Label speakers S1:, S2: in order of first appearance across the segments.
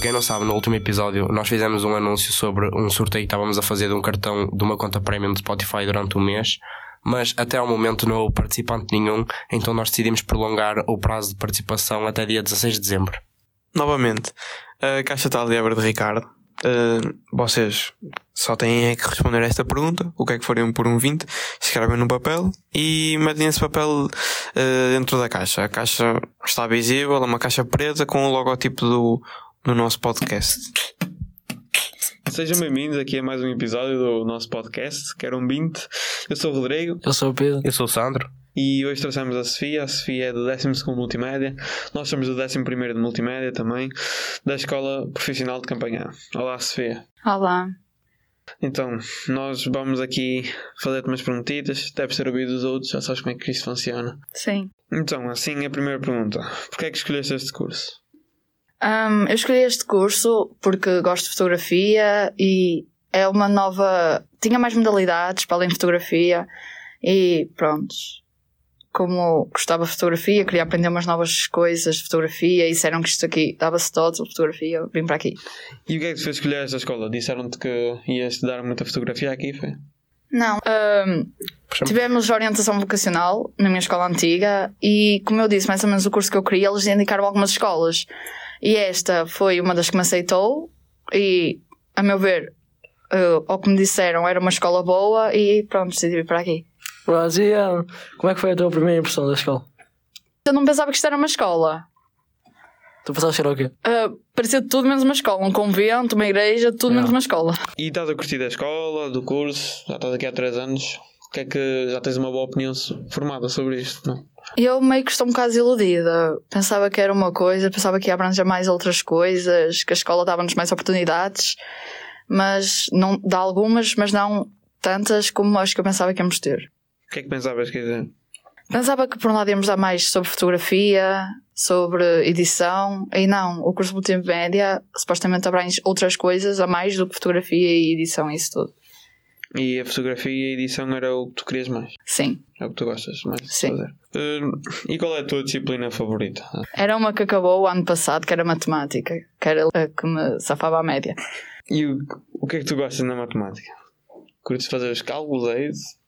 S1: quem não sabe, no último episódio nós fizemos um anúncio sobre um sorteio que estávamos a fazer de um cartão de uma conta premium de Spotify durante um mês, mas até ao momento não houve participante nenhum, então nós decidimos prolongar o prazo de participação até dia 16 de dezembro.
S2: Novamente, a caixa está de Abra de Ricardo. Uh, vocês só têm é que responder a esta pergunta: o que é que fariam por um 20? Escrevem no papel e metem esse papel uh, dentro da caixa. A caixa está visível, é uma caixa preta com o logotipo do, do nosso podcast.
S3: Sejam bem-vindos aqui a mais um episódio do nosso podcast, que era um 20. Eu sou o Rodrigo
S4: Eu sou o Pedro.
S1: Eu sou o Sandro.
S3: e hoje trouxemos a Sofia. A Sofia é do 12 Multimédia, nós somos do 11 de Multimédia também, da Escola Profissional de Campanhã. Olá, Sofia.
S5: Olá.
S3: Então, nós vamos aqui fazer-te umas perguntitas, deve ser ouvido dos outros, já sabes como é que isto funciona.
S5: Sim.
S3: Então, assim, a primeira pergunta: Porquê é que escolheste este curso?
S5: Ahm, eu escolhi este curso porque gosto de fotografia e é uma nova. Tinha mais modalidades para além de fotografia e pronto. Como gostava de fotografia, queria aprender umas novas coisas de fotografia e disseram que isto aqui dava-se todo, fotografia, eu vim para aqui.
S3: E o que é que te fez escolher esta escola? Disseram-te que ias estudar muita fotografia aqui, foi?
S5: Não. Ahm,
S1: Puxa-me.
S5: tivemos orientação vocacional na minha escola antiga e, como eu disse, mais ou menos o curso que eu queria, eles indicaram algumas escolas. E esta foi uma das que me aceitou e, a meu ver, eh, ao que me disseram, era uma escola boa e pronto, decidi vir para aqui.
S4: Mas e ah, como é que foi a tua primeira impressão da escola?
S5: Eu não pensava que isto era uma escola.
S4: Tu pensaste que era o quê?
S5: Eh, parecia tudo menos uma escola. Um convento, uma igreja, tudo
S4: Yeah.
S5: menos uma escola.
S3: E estás a curtir da escola, do curso, já estás aqui há 3 anos. O que é que já tens uma boa opinião so- formada sobre isto? Não?
S5: E Eu meio que estou um bocado desiludida. Pensava que era uma coisa, pensava que ia abranger mais outras coisas, que a escola dava-nos mais oportunidades, mas não dá algumas, mas não tantas como acho que eu pensava que íamos ter.
S3: O que é que pensavas que ia dizer?
S5: Pensava que por um lado íamos dar mais sobre fotografia, sobre edição, e não, o curso multimédia supostamente abrange outras coisas a mais do que fotografia e edição e isso tudo.
S3: E a fotografia e a edição era o que tu querias mais,
S5: Sim.
S3: é o que tu gostas mais de
S5: Sim.
S3: fazer. Hum, e qual é a tua disciplina favorita?
S5: Era uma que acabou o ano passado, que era matemática, que era a que me safava a média.
S3: E o, o que é que tu gostas na matemática? Curtes fazer os cálculos, é isso?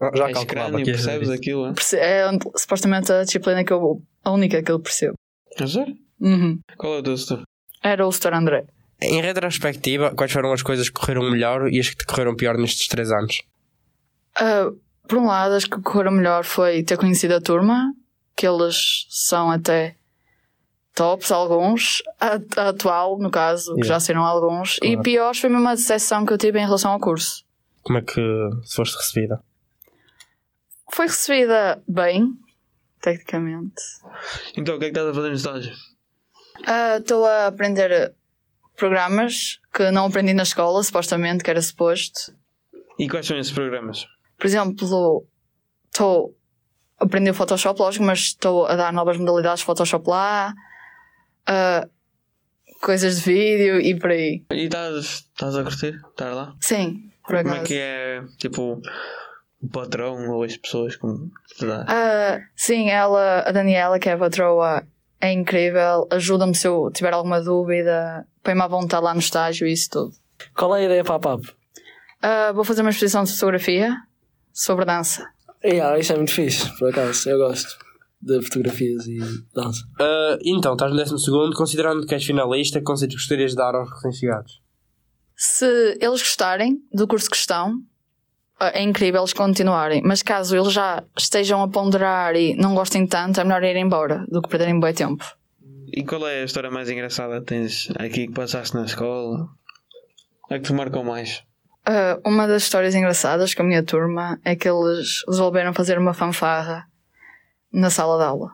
S1: Ah, Já
S3: És crânio,
S1: que ia dizer
S3: percebes
S1: isso.
S3: aquilo? É?
S5: Perce- É onde- supostamente a disciplina que eu. a única que eu percebo.
S3: A É sério?
S5: Uhum.
S3: Qual é o teu setor?
S5: Era o Sr. André.
S1: Em retrospectiva, quais foram as coisas que correram melhor e as que te correram pior nestes três anos?
S5: Ah, por um lado, acho que o que correu melhor foi ter conhecido a turma, que eles são até tops, alguns. A, a atual, no caso, que
S1: Yeah.
S5: já saíram alguns. E
S1: Claro.
S5: piores foi mesmo a decepção que eu tive em relação ao curso.
S1: Como é que se foste recebida?
S5: Foi recebida bem, tecnicamente.
S3: Então, o que é que estás a fazer no estágio?
S5: Ah, Estou a aprender programas que não aprendi na escola, supostamente, que era suposto.
S3: E quais são esses programas?
S5: por exemplo, estou a aprender Photoshop, lógico, mas estou a dar novas modalidades de Photoshop lá, ah, coisas de vídeo e por aí.
S3: E estás, estás a curtir? Estás lá?
S5: Sim, por
S3: Como
S5: acaso.
S3: é que é, tipo, o patrão ou as pessoas como te dá?
S5: Ah, sim, ela, a Daniela, que é a patroa, é incrível, ajuda-me se eu tiver alguma dúvida, põe-me à vontade lá no estágio e isso tudo.
S4: Qual é a ideia para a PAP?
S5: Ah, vou fazer uma exposição de fotografia sobre dança.
S4: Yeah, isso é muito fixe, por acaso. Eu gosto de fotografias e dança.
S1: então, estás no décimo segundo, considerando que és finalista, que conselhos gostarias de dar aos recém-chegados?
S5: Se eles gostarem do curso que estão, é incrível eles continuarem. Mas caso eles já estejam a ponderar e não gostem tanto, é melhor ir embora do que perderem bom tempo.
S3: E qual é a história mais engraçada que tens aqui que passaste na escola? A que te marcou mais?
S5: Ah, uma das histórias engraçadas com a minha turma é que eles resolveram fazer uma fanfarra na sala de aula.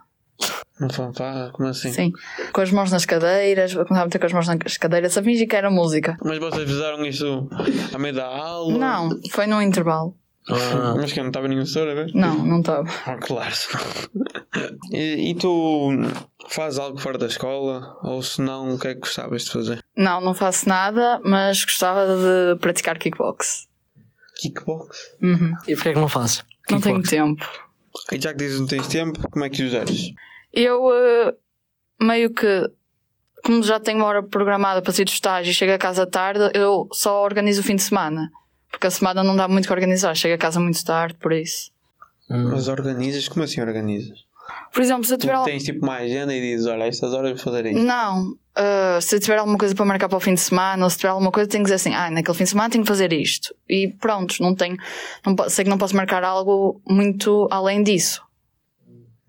S3: Uma fanfarra? Como assim?
S5: Sim. Com as mãos nas cadeiras, começaram a meter com as mãos nas cadeiras, a fingir que era música.
S3: Mas vocês fizeram isso à meio da aula?
S5: Não, foi num intervalo.
S4: Ah.
S3: Mas que não estava nenhum é setor a ver?
S5: Não, não estava.
S3: Ah, claro. e, e tu fazes algo fora da escola? Ou se não, o que é que gostavas de fazer?
S5: Não, não faço nada, mas gostava de praticar kickbox.
S3: Kickbox?
S5: Uhum.
S4: E porquê é que não fazes?
S5: Não tenho
S4: Kickbox.
S5: tempo.
S3: E já que dizes que não tens tempo, como é que os usas?
S5: Eu eh, meio que como já tenho uma hora programada para sair do estágio e chego a casa tarde, eu só organizo o fim de semana. Porque a semana não dá muito que organizar, chego a casa muito tarde, por isso.
S4: hum,
S6: Mas organizas? Como assim organizas?
S5: Por exemplo, se eu
S6: Tu
S5: tiver. al-
S6: tens tipo uma agenda e dizes, olha, a estas horas vou fazer isto.
S5: Não. ah, se eu tiver alguma coisa para marcar para o fim de semana, ou se tiver alguma coisa, tenho que dizer assim, ah, naquele fim de semana tenho que fazer isto. E pronto, não tenho. Não, po- sei que não posso marcar algo muito além disso.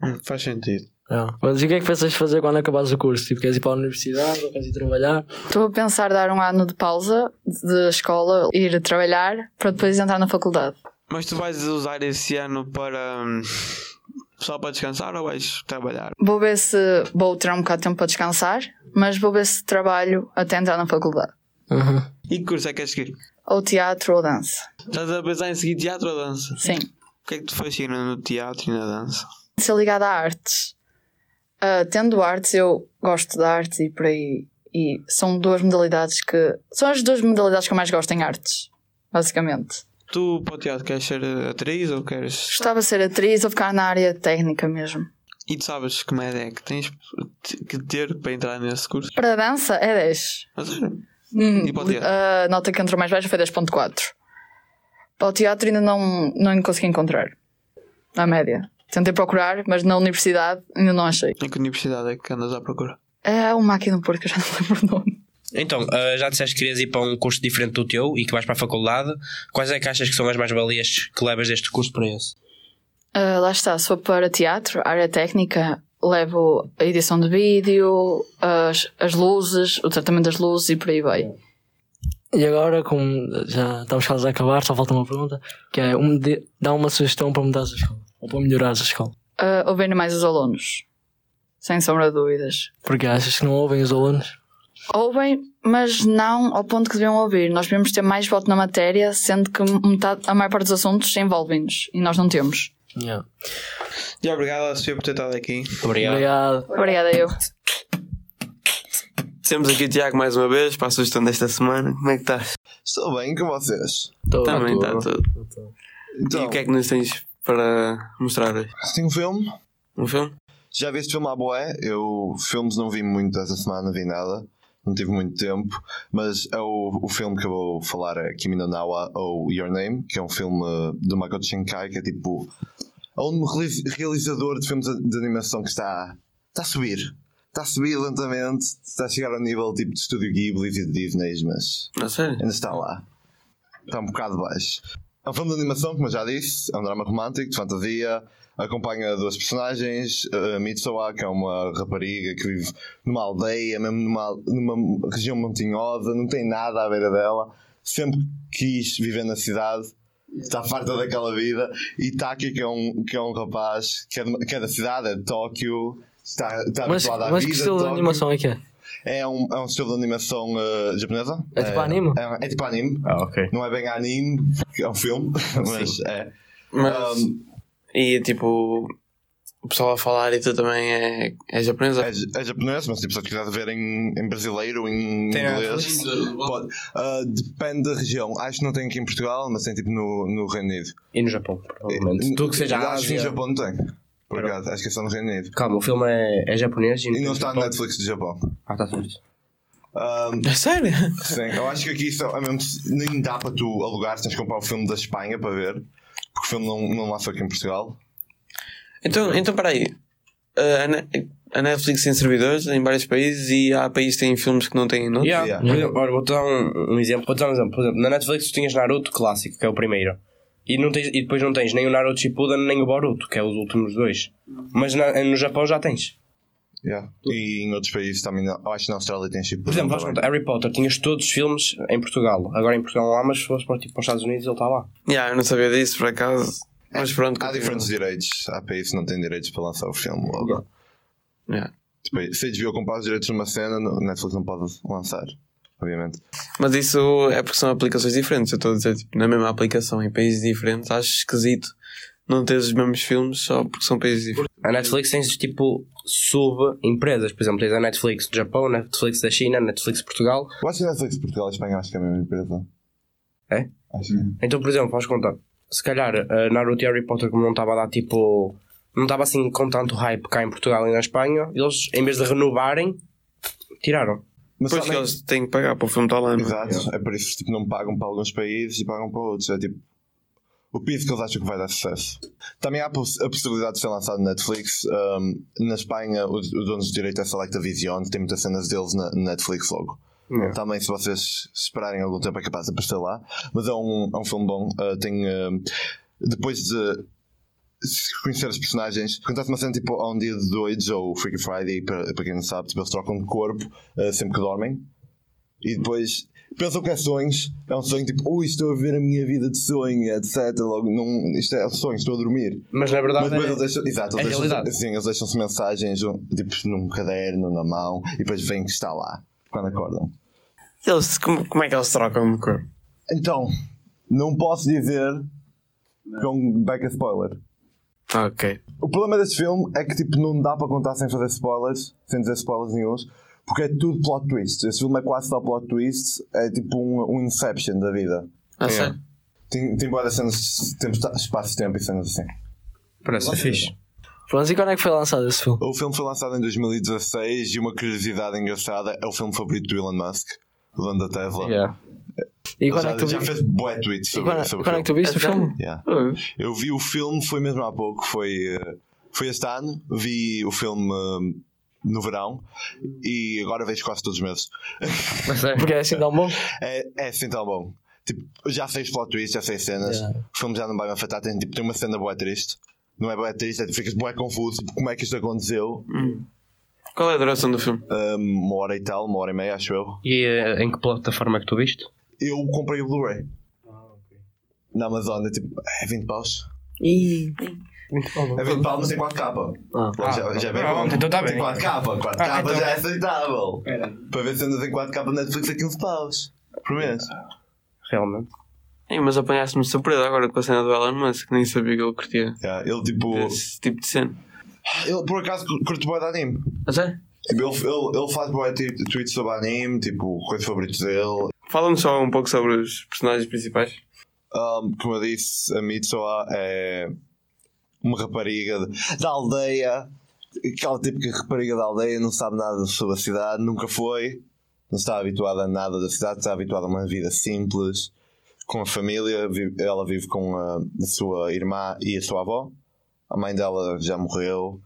S6: Hum, Faz sentido.
S4: Ah, Mas e o que é que pensas fazer quando acabares o curso? Tipo, queres ir para a universidade ou queres ir trabalhar?
S5: Estou a pensar dar um ano de pausa de escola, ir trabalhar, para depois entrar na faculdade.
S3: Mas tu vais usar esse ano para. hum, só para descansar ou vais trabalhar?
S5: Vou ver se vou tirar um bocado de tempo para descansar, mas vou ver se trabalho até entrar na faculdade.
S4: Uhum.
S3: E que curso é que queres seguir?
S5: Ou teatro ou dança.
S3: Estás a pensar em seguir teatro ou dança?
S5: Sim.
S3: O que é que te fascina no teatro e na dança?
S5: Ser ligada a artes. Ah, tendo artes, eu gosto de artes e por aí. E são duas modalidades que. São as duas modalidades que eu mais gosto em artes, basicamente.
S3: Tu para o teatro queres ser atriz ou queres.
S5: Gostava de ser atriz ou ficar na área técnica mesmo.
S3: E tu sabes que média é que tens que ter para entrar nesse curso?
S5: Para dança é 10.
S3: Mas, sério,
S5: Hum,
S3: E para o teatro?
S5: A nota que entrou mais baixa foi 10.4. Para o teatro ainda não, não consegui encontrar. Na média. Tentei procurar, mas na universidade ainda não achei.
S3: em que universidade é que andas à procura?
S5: É uma aqui no Porto que eu já não lembro o nome.
S1: Então, ah, já disseste que querias ir para um curso diferente do teu e que vais para a faculdade. Quais é que achas que são as mais-valias que levas deste curso para esse?
S5: Ah, lá está, se for para teatro, área técnica, levo a edição de vídeo, as, as luzes, o tratamento das luzes e por aí vai.
S4: E agora, como já estamos quase a acabar, só falta uma pergunta, que é um de, dá uma sugestão para mudar a escola. Ou para melhorar a escola.
S5: Ah, ouvir mais os alunos. Sem sombra de dúvidas.
S4: Porque achas que não ouvem os alunos?
S5: Ouvem, mas não ao ponto que deviam ouvir. Nós devíamos ter mais voto na matéria, sendo que metade, a maior parte dos assuntos envolvem-nos e nós não temos.
S4: Yeah.
S3: E obrigado, Sofia, por ter estado aqui.
S1: Obrigado.
S4: Obrigado.
S5: Obrigada, eu.
S3: Temos aqui o Tiago mais uma vez para a sugestão desta semana. Como é que estás?
S7: Estou bem com vocês.
S4: Tô-
S3: Também está tudo. E
S7: Então,
S3: o que é que nos tens para mostrar hoje?
S7: tem um filme.
S3: Um filme?
S7: Já vi este filme à boé. Eu filmes não vi muito esta semana, não vi nada. Não tive muito tempo. Mas é o, o filme que eu vou falar é Kimi no Nawa ou Your Name, que é um filme do Makoto Shinkai, que é tipo. É um reali- realizador de filmes de animação que está, está a subir. Está a subir lentamente, está a chegar ao nível tipo de estúdio Ghibli e de Disney, mas
S3: Não sério?
S7: ainda está lá. Está um bocado baixo. É um filme de animação, como eu já disse, é um drama romântico, de fantasia, acompanha duas personagens, a Mitsuwa, que é uma rapariga que vive numa aldeia, mesmo numa, numa região montanhosa, não tem nada à beira dela, sempre quis viver na cidade, está farta daquela vida, e Taki, que é um, que é um rapaz que é, de- que é da cidade, é de Tóquio, está, está
S4: Mas,
S7: habituado à
S4: mas que
S7: vida de
S4: estilo de
S7: Tóquio.
S4: animação é que é?
S7: É um, é um estilo de animação eh, japonesa.
S4: É tipo anime?
S7: É, é tipo anime.
S8: Ah, ok.
S7: Não é bem anime, porque é um filme, mas é.
S3: Mas,
S7: Um,
S3: E tipo, o pessoal a falar e tu também é, é japonesa?
S7: é, j- é japonês, mas tipo, se eu quiser ver em, em brasileiro, em
S1: Tem
S7: inglês, pode. Ah, depende da região. Acho que não tem aqui em Portugal, mas tem tipo no, no Reino Unido.
S1: E no Japão, provavelmente.
S7: Eh,
S1: Tudo que seja
S7: Acho que
S1: Ásia.
S7: em Japão não tem. Por acaso, acho que é só no Reino Unido.
S1: Calma, o filme é, é japonês e,
S7: E não
S1: tem
S7: está no
S1: Japão.
S7: Netflix do Japão.
S1: Ah, está certo.
S3: É
S7: Um,
S3: sério?
S7: Sim, eu acho que aqui só, é mesmo, nem dá para tu alugar, tens que comprar o filme da Espanha para ver, porque o filme não, não lançou aqui em Portugal.
S3: Então, então peraí. Uh, a, Ne- a Netflix tem servidores em vários países e há países que têm filmes que não têm, não?
S1: Yeah.
S7: Yeah.
S1: Por exemplo, olha, vou-te dar um, um exemplo. Vou-te dar um exemplo. Por exemplo, na Netflix tu tinhas Naruto clássico, que é o primeiro. E, não tens, e depois não tens nem o Naruto Shippuden nem o Boruto, que é os últimos dois. Mas na- no Japão já tens.
S7: Yeah. E em outros países também, não- eu acho que na Austrália tem tipo chip.
S1: Por exemplo, vais contar, Harry Potter, tinhas todos os filmes em Portugal. Agora em Portugal não há, mas se fores para, tipo, para os Estados Unidos ele está lá.
S3: Yeah, eu não sabia disso por acaso. Mas pronto,
S7: É, Há
S3: continua.
S7: diferentes direitos, há países que não têm direitos para lançar o filme logo.
S1: um- Yeah.
S3: Yeah.
S7: Tipo, se desviou comprar os direitos de uma cena, no- Netflix não pode lançar, obviamente.
S3: Mas isso é porque são aplicações diferentes. Eu estou a dizer, tipo, na mesma aplicação, em países diferentes, acho esquisito não ter os mesmos filmes só porque são países diferentes.
S1: A Netflix tens tipo sub-empresas. Por exemplo, tens a Netflix do Japão, a Netflix da China, a Netflix de Portugal.
S7: Eu acho que a Netflix de Portugal e Espanha acho que é a mesma empresa.
S1: É?
S7: Acho que
S1: Então, por exemplo, vais contar. Se calhar eh, Naruto e Harry Potter, como não estava a dar tipo. Não estava assim com tanto hype cá em Portugal e na Espanha, eles em vez de renovarem, Tiraram.
S7: Mas
S3: Depois que
S7: também-
S3: eles têm que pagar para o filme estar lá. não é?
S7: Exato, é por isso tipo, não pagam para alguns países e pagam para outros. É tipo o piso que eles acham que vai dar sucesso. Também há poss- a possibilidade de ser lançado na Netflix. Um, na Espanha, os, os donos de direito é Selecta Vision, tem muitas cenas deles na na Netflix logo. Também, se vocês esperarem algum tempo, é capaz de aparecer lá. Mas é um, é um filme bom. Uh, tem. um, depois de se conhecer os personagens, acontece uma cena tipo há um dia de doidos ou Freaky Friday, para, para quem não sabe, tipo, eles trocam de corpo uh, sempre que dormem e depois pensam que é sonhos. É um sonho tipo, ui, estou a viver a minha vida de sonho, etc. Logo, não, isto é um sonho, estou a dormir.
S1: Mas na verdade.
S7: Mas depois eles deixam, exato, eles
S1: é
S7: deixam,
S1: realidade.
S7: sim, eles deixam-se mensagens um, tipo num caderno, na mão, e depois veem que está lá quando acordam.
S3: Eles, como, como é que eles trocam de cor?
S7: Então, não posso dizer que é um back a spoiler.
S1: Ah,
S3: Ok.
S7: O problema deste filme é que tipo, não dá para contar sem fazer spoilers, sem dizer spoilers nenhuns, porque é tudo plot twists. Este filme é quase só plot twists, é tipo um, um inception da vida.
S3: Ah,
S1: É.
S3: sério?
S7: Tem, tem boas cenas, temos espaço-tempo e cenas assim.
S4: É
S1: Parece fixe.
S4: Pronto, e quando é que foi lançado esse filme?
S7: O filme foi lançado em 2016 e uma curiosidade engraçada é o filme favorito do Elon Musk, o dono da Tesla.
S4: E
S7: Ele
S4: quando é
S7: Já,
S4: que tu
S7: já
S4: vi-
S7: fez bué tweets
S4: e
S7: sobre,
S4: quando-
S7: sobre o
S4: quando é
S7: filme.
S4: que tu viste o filme?
S7: Yeah. Eu vi o filme, foi mesmo há pouco, foi, eh, foi este ano, vi o filme eh, no verão e agora vejo quase todos os meses.
S1: Mas é.
S4: Porque é assim tão bom.
S7: É, é assim tão bom. Tipo, eu já sei os plot twists, já sei as cenas.
S4: Yeah.
S7: O filme já não vai me afetar. Tem, tipo, tem uma cena boa triste. Não é boa triste, é, ficas boa confuso. Como é que isto aconteceu?
S3: Qual é a duração do filme?
S7: Um, uma hora e tal, uma hora e meia, acho eu.
S1: E eh, em que plataforma é que tu viste?
S7: Eu comprei o Blu-ray.
S1: Ah,
S7: Na Amazon, é tipo, é 20 paus. É 20 paus, mas tem 4K.
S4: Ah.
S7: já, já é bem
S1: Pronto,
S7: bom.
S1: então tá
S7: Tem
S1: bem.
S7: 4K, 4K
S1: Ah, então-
S7: já é aceitável.
S1: Era.
S7: Para ver cenas em 4K na Netflix é 15 paus. Por mês.
S1: Realmente.
S3: Ei, mas apanhaste-me de surpresa agora com a cena do Elon Musk, nem sabia que ele curtia
S7: Yeah, ele tipo.
S3: esse tipo de cena.
S7: Ele por acaso curte boa de anime.
S3: Ah, sério?
S7: Tipo, ele, ele, ele faz boa tweets sobre anime, tipo, coisas favoritos dele.
S3: Fala-me só um pouco sobre os personagens principais.
S7: Um, como eu disse, a Mitsuha é uma rapariga de- da aldeia. Aquela típica rapariga da aldeia não sabe nada sobre a cidade, nunca foi. Não está habituada a nada da cidade, está habituada a uma vida simples, com a família. vi- Ela vive com a, a sua irmã e a sua avó. A mãe dela já morreu.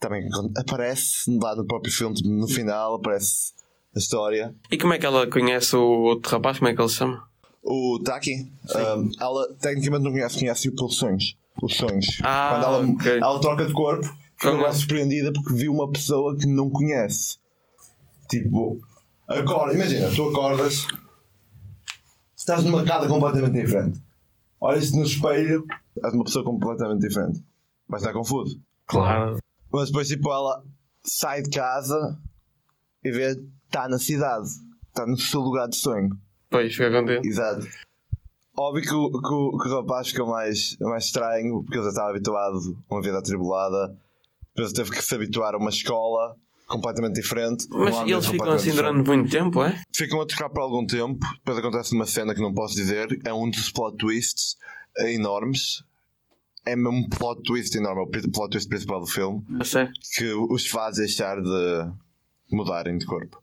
S7: Também quando aparece lá no próprio filme, tipo, no final, aparece a história.
S3: E como é que ela conhece o outro rapaz? Como é que ele se chama?
S7: O Taki, um, ela tecnicamente não conhece, conhece pelos sonhos. Os sonhos.
S3: Ah,
S7: Quando ela,
S3: ok.
S7: ela troca de corpo, fica
S3: Ok.
S7: mais surpreendida porque viu uma pessoa que não conhece. Tipo, acorda, imagina, tu acordas, estás numa casa completamente diferente. Olhas-te no espelho, és uma pessoa completamente diferente. Vai estar confuso.
S1: Claro.
S7: Mas depois, tipo, ela sai de casa e vê, está na cidade, está no seu lugar de sonho.
S3: Pois, fica contente.
S7: Exato. Óbvio que o, que o, que o rapaz ficou mais, mais estranho, porque ele já estava habituado a uma vida atribulada. Depois teve que se habituar a uma escola completamente diferente.
S3: Mas
S7: um
S4: é
S7: ambiente
S3: eles ficam
S7: completamente
S3: assim
S7: diferente.
S3: durante muito tempo, é?
S7: Ficam a tocar por algum tempo. Depois acontece uma cena que não posso dizer. É um dos plot twists enormes. É mesmo um plot twist enorme. É o pri- plot twist principal do filme.
S3: Ah, sério?
S7: Que os faz deixar de mudarem de corpo.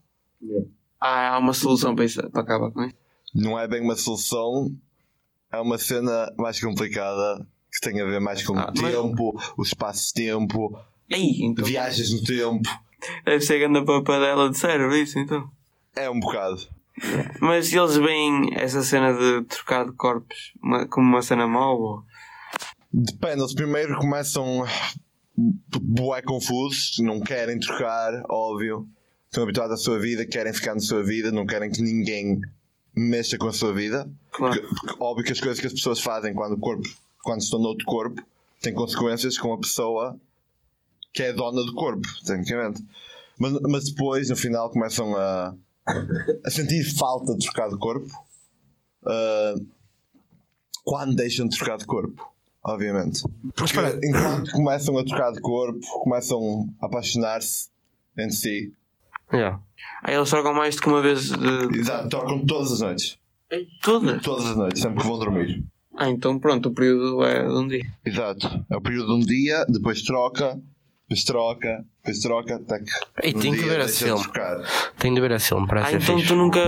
S3: Ah, há uma solução para isso, para acabar com isso.
S7: não é bem uma solução, é uma cena mais complicada que tem a ver mais com
S3: Ah,
S7: o
S3: mas-
S7: tempo, o espaço-tempo,
S3: Ei, então.
S7: viagens no tempo.
S3: Deve ser a grande papadela de cérebro, isso então.
S7: É um bocado.
S3: Mas eles veem essa cena de trocar de corpos uma- como uma cena mau ou.
S7: Depende, eles primeiro começam bué confusos, não querem trocar, óbvio. Estão habituados à sua vida, querem ficar na sua vida, não querem que ninguém mexa com a sua vida. Porque,
S3: Claro.
S7: porque óbvio que as coisas que as pessoas fazem quando o corpo, quando estão noutro corpo, têm consequências com a pessoa que é dona do corpo, tecnicamente. Mas, mas depois, no final, começam a, a sentir falta de trocar de corpo. ah, quando deixam de trocar de corpo, obviamente. Porque enquanto começam a trocar de corpo, começam a apaixonar-se entre si.
S1: Yeah.
S3: Aí Ah, eles trocam mais do que uma vez de.
S7: Exato, trocam todas as noites.
S3: Todas.
S7: Todas as noites, sempre que vão dormir.
S3: Ah, então pronto, o período é de um dia.
S7: Exato. É o período de um dia, depois troca, depois troca, depois troca, até que.
S1: E
S7: um
S1: tem que
S7: dia
S1: ver esse
S7: deixa de
S1: filme.
S7: trocar.
S1: Tenho de ver esse filme, parece
S3: Ah,
S1: ser
S3: então
S1: fixe.
S3: tu nunca.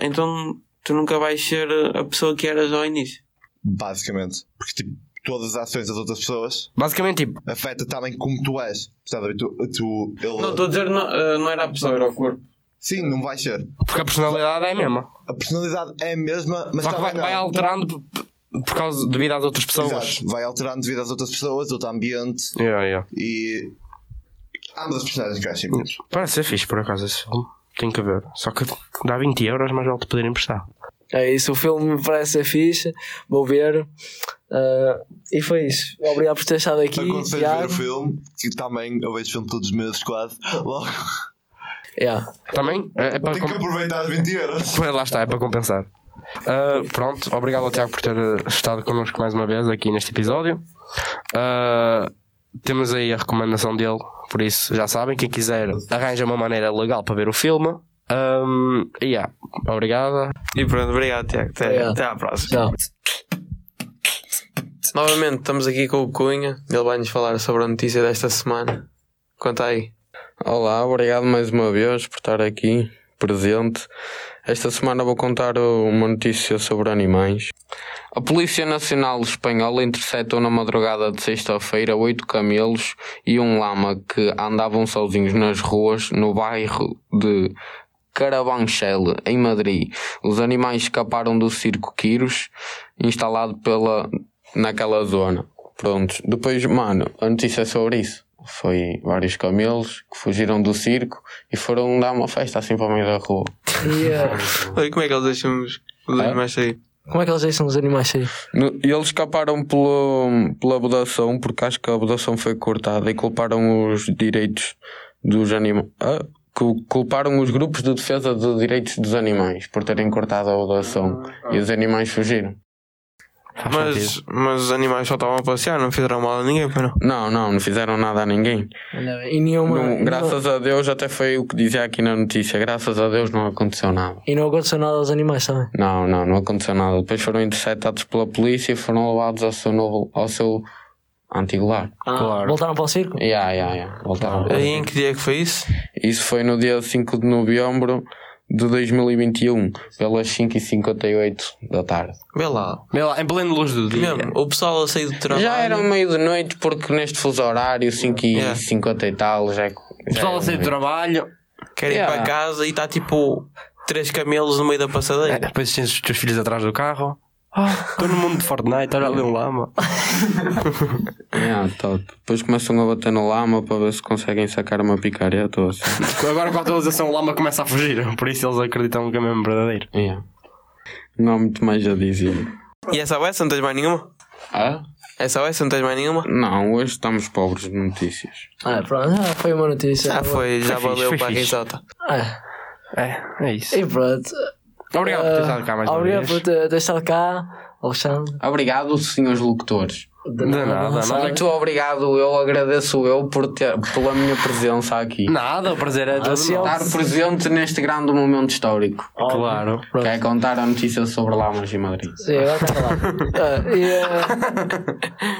S3: Então tu nunca vais ser eh, a pessoa que eras ao início.
S7: Basicamente. Porque tipo, todas as ações das outras pessoas
S1: Basicamente, tipo,
S7: afeta também como tu és. Estás a ver? Tu, tu, ele-
S3: Não, estou a dizer, não, eh, não era a pessoa, era o corpo.
S7: Sim, não vai ser.
S1: porque a personalidade é a mesma.
S7: A personalidade é a mesma, mas
S1: Só que vai,
S7: também
S1: vai
S7: não. é?
S1: alterando por- por, por causa devido às outras pessoas.
S7: Exato. Vai alterando devido às outras pessoas, outro ambiente
S1: Yeah, yeah.
S7: e. Ambas as personagens crescem muito.
S1: Parece ser fixe por acaso esse filme. Tenho que ver. Só que dá 20 euros, mas vale te poder emprestar.
S4: É isso, o filme me parece ser fixe, vou ver. Ah, e foi isso. Obrigado por ter estado aqui.
S7: Aconselho ver
S4: Tiago.
S7: o filme, que também eu vejo filme todos os meses quase. Logo,
S4: Yeah.
S1: Também é, é para
S7: tenho que
S1: comp-
S7: aproveitar as 20 euros.
S1: lá está, é para compensar. Ah, pronto, obrigado ao Tiago por ter eh, estado connosco mais uma vez aqui neste episódio. Ah, temos aí a recomendação dele, por isso já sabem, quem quiser arranja uma maneira legal para ver o filme. Ahm, e yeah, obrigada.
S3: E pronto, obrigado, Tiago. Até,
S4: Obrigado.
S3: até à próxima.
S4: Tchau.
S3: Novamente estamos aqui com o Cunha. Ele vai nos falar sobre a notícia desta semana. Conta aí.
S8: Olá, obrigado mais uma vez por estar aqui presente. Esta semana vou contar uma notícia sobre animais. A Polícia Nacional Espanhola interceptou na madrugada de sexta-feira oito camelos e um lama que andavam sozinhos nas ruas no bairro de Carabanchel, em Madrid. Os animais escaparam do circo Quiros, instalado pela, naquela zona. Pronto. Depois, mano, a notícia é sobre isso. Foi vários camelos que fugiram do circo e foram dar uma festa assim para o meio da rua.
S4: E, ah,
S3: Olha, como é que eles deixam os os
S8: É?
S3: animais sair?
S4: como é que eles deixam os animais sair?
S8: No- e eles escaparam pelo, pela abdação, porque acho que a abdação foi cortada e culparam os direitos dos animais. culparam os grupos de defesa dos direitos dos animais por terem cortado a abdação e os animais fugiram.
S1: Faz sentido.
S3: Mas, mas os animais só estavam a passear, não fizeram mal a ninguém, pois não.
S8: Não, não, não fizeram nada a ninguém.
S4: Olha, E nenhuma.
S8: Não,
S4: nenhuma-
S8: graças a Deus, até foi o que dizia aqui na notícia. Graças a Deus não aconteceu nada.
S4: E não aconteceu nada aos animais, sabem?
S8: Não, não, não aconteceu nada. Depois foram interceptados pela polícia e foram levados ao seu novo, ao seu antigo lar.
S4: Ah,
S1: Claro.
S4: Voltaram para o circo?
S8: Yeah, yeah, yeah. Voltaram.
S3: E em que dia é que foi isso?
S8: Isso foi no dia 5 de novembro de 2021, pelas 5h58 da tarde.
S3: Vê lá.
S1: Vê lá, em pleno luz do dia.
S3: Mesmo, o pessoal a sair do trabalho.
S8: Já era meio de noite, porque neste fuso horário, 5h50 e tal, já é.
S1: É. O pessoal a sair do trabalho.
S3: Querem ir
S8: Yeah.
S3: para casa e está tipo três camelos no meio da
S1: É, Ah.
S3: passadeira.
S1: Depois tens os teus filhos atrás do carro. Estou no mundo de Fortnite, olha ali um lama.
S8: Yeah, Ah, top. Depois começam a bater no lama para ver se conseguem sacar uma picareta ou assim.
S1: Agora com a atualização o lama começa a fugir, por isso eles acreditam que é mesmo verdadeiro.
S8: Yeah. Não há muito mais a dizer.
S3: E essa vai, não tens mais nenhuma?
S8: Ah?
S3: Essa vai, não tens mais nenhuma?
S8: Não, hoje estamos pobres de notícias.
S4: Ah, pronto, ah, foi uma notícia.
S3: Já foi, já
S1: Foi fixe,
S3: valeu
S1: foi
S3: para a
S1: fixe.
S3: risota.
S4: Ah,
S1: É, é isso.
S4: e pronto.
S1: Obrigado por ter
S4: Ah,
S1: estado cá mais uma
S4: Obrigado
S1: vez.
S4: por ter, ter estado cá, Alexandre.
S8: Obrigado, senhores locutores.
S4: De
S1: nada, nada.
S4: sabe?
S8: Muito obrigado, eu agradeço eu por ter, pela minha presença aqui.
S1: Nada, o prazer é todo
S4: se
S1: meu.
S4: ele-
S8: Estar presente neste grande momento histórico.
S1: Claro.
S8: Que é contar a notícia sobre Lamas e Madrid.
S4: Sim, agora está lá. Ah,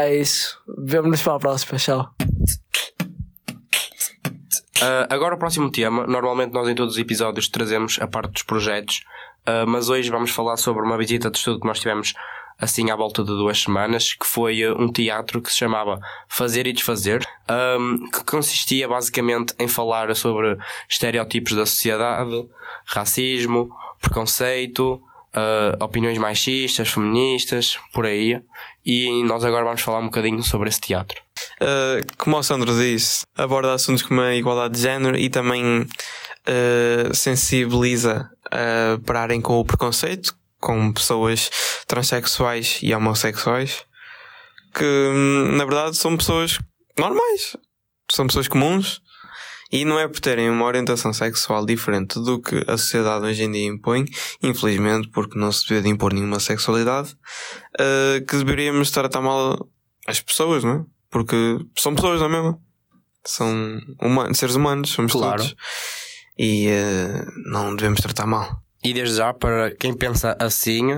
S4: e, ah, é isso. Vemo-nos para a próxima. Tchau.
S1: Ah, agora o próximo tema. Normalmente nós em todos os episódios trazemos a parte dos projetos, ah, mas hoje vamos falar sobre uma visita de estudo que nós tivemos assim à volta de duas semanas, que foi ah, um teatro que se chamava Fazer e Desfazer, ahm, que consistia basicamente em falar sobre estereótipos da sociedade, racismo, preconceito, ah, opiniões machistas, feministas, por aí. E nós agora vamos falar um bocadinho sobre esse teatro.
S3: Uh, como o Sandro disse, aborda assuntos como a igualdade de género e também uh, sensibiliza a pararem com o preconceito com pessoas transexuais e homossexuais, que hum, na verdade são pessoas normais, são pessoas comuns e não é por terem uma orientação sexual diferente do que a sociedade hoje em dia impõe, infelizmente, porque não se devia de impor nenhuma sexualidade, uh, que deveríamos tratar mal as pessoas, não é? Porque são pessoas, não é mesmo? São humanos, seres humanos, somos
S1: Claro.
S3: todos. E eh, não devemos tratar mal.
S1: E desde já, para quem pensa assim,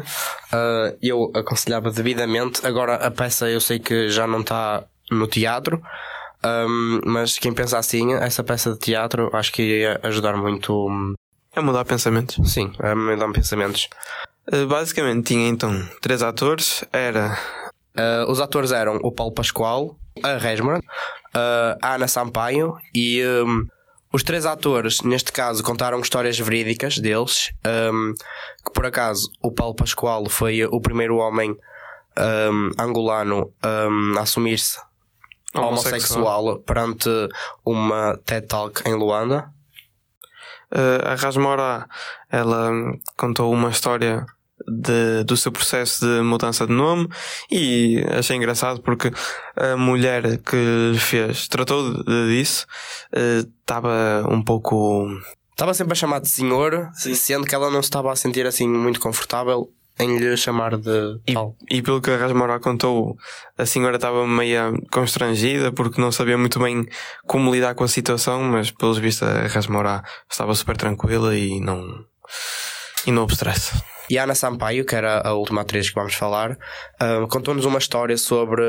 S1: ah, eu aconselhava devidamente. Agora a peça eu sei que já não está no teatro, ah, Um, mas quem pensa assim, essa peça de teatro acho que ia ajudar muito. hum,
S3: É mudar pensamentos.
S1: Sim, a mudar pensamentos.
S3: Uh, Basicamente tinha então três atores. Era
S1: Uh, os atores eram o Paulo Pascoal, a Resmer, a Ana Sampaio e um, os três atores, neste caso, contaram histórias verídicas deles. um, que por acaso o Paulo Pascoal foi o primeiro homem um, angolano um, a assumir-se
S3: homossexual.
S1: homossexual perante uma TED Talk em Luanda.
S3: Uh, a Rasmora, ela hum, contou uma história de- do seu processo de mudança de nome e achei engraçado porque a mulher que lhe fez, tratou de- de- disso,
S1: Eh,
S3: estava um pouco.
S1: Estava sempre a chamar de senhor, sendo que ela não se estava a sentir assim muito confortável em lhe chamar de
S3: E,
S1: tal.
S3: e pelo que a Rasmora contou, a senhora estava meio constrangida porque não sabia muito bem como lidar com a situação, mas pelos vistos a Rasmora estava super tranquila e não. E não houve stress.
S1: E a Ana Sampaio, que era a última atriz que vamos falar, ah, contou-nos uma história sobre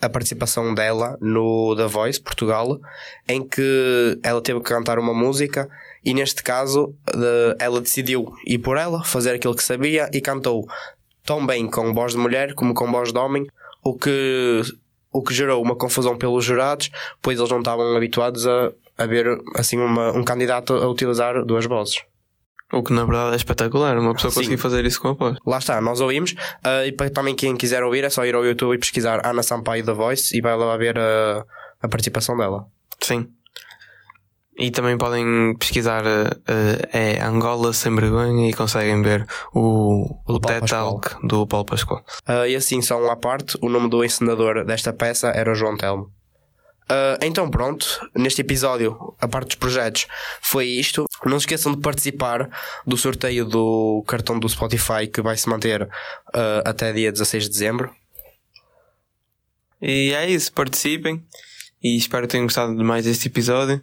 S1: a participação dela no The Voice Portugal, em que ela teve que cantar uma música e neste caso eh, ela decidiu ir por ela, fazer aquilo que sabia e cantou tão bem com voz de mulher como com voz de homem, o que, o que gerou uma confusão pelos jurados, pois eles não estavam habituados a, a ver assim uma- um candidato a utilizar duas vozes.
S3: O que na verdade é espetacular, uma pessoa
S1: Sim.
S3: conseguir fazer isso com a voz.
S1: Lá está, nós ouvimos. Ah, e para também quem quiser ouvir é só ir ao YouTube e pesquisar Ana Sampaio da Voice e vai lá ver a, a participação dela.
S3: Sim. E também podem pesquisar eh, é Angola sem vergonha e conseguem ver o,
S1: O do
S3: o
S1: Paulo
S3: TED Talk do Paulo Pascoal.
S1: Ah, e assim, só um à parte, o nome do encenador desta peça era o João Telmo. Ah, então pronto, neste episódio, a parte dos projetos foi isto. Não se esqueçam de participar do sorteio do cartão do Spotify que vai se manter ah, até dia 16 de dezembro.
S3: E é isso,
S1: Ah,
S3: participem e espero que tenham gostado de mais este episódio